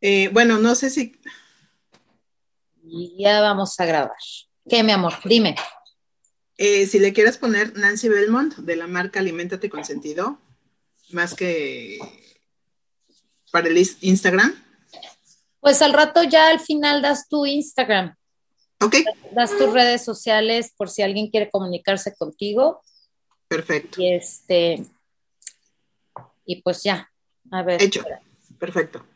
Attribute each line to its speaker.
Speaker 1: Eh, bueno, no sé si.
Speaker 2: Y ya vamos a grabar. ¿Qué, mi amor? Dime.
Speaker 1: eh, si le quieres poner Nancy Belmont de la marca Alimentate con Sentido, más que para el is- Instagram.
Speaker 2: Pues al rato ya al final das tu Instagram,
Speaker 1: Ok,
Speaker 2: das tus redes sociales por si alguien quiere comunicarse contigo.
Speaker 1: perfecto.
Speaker 2: Y este. Y pues ya. A ver.
Speaker 1: Hecho. Perfecto.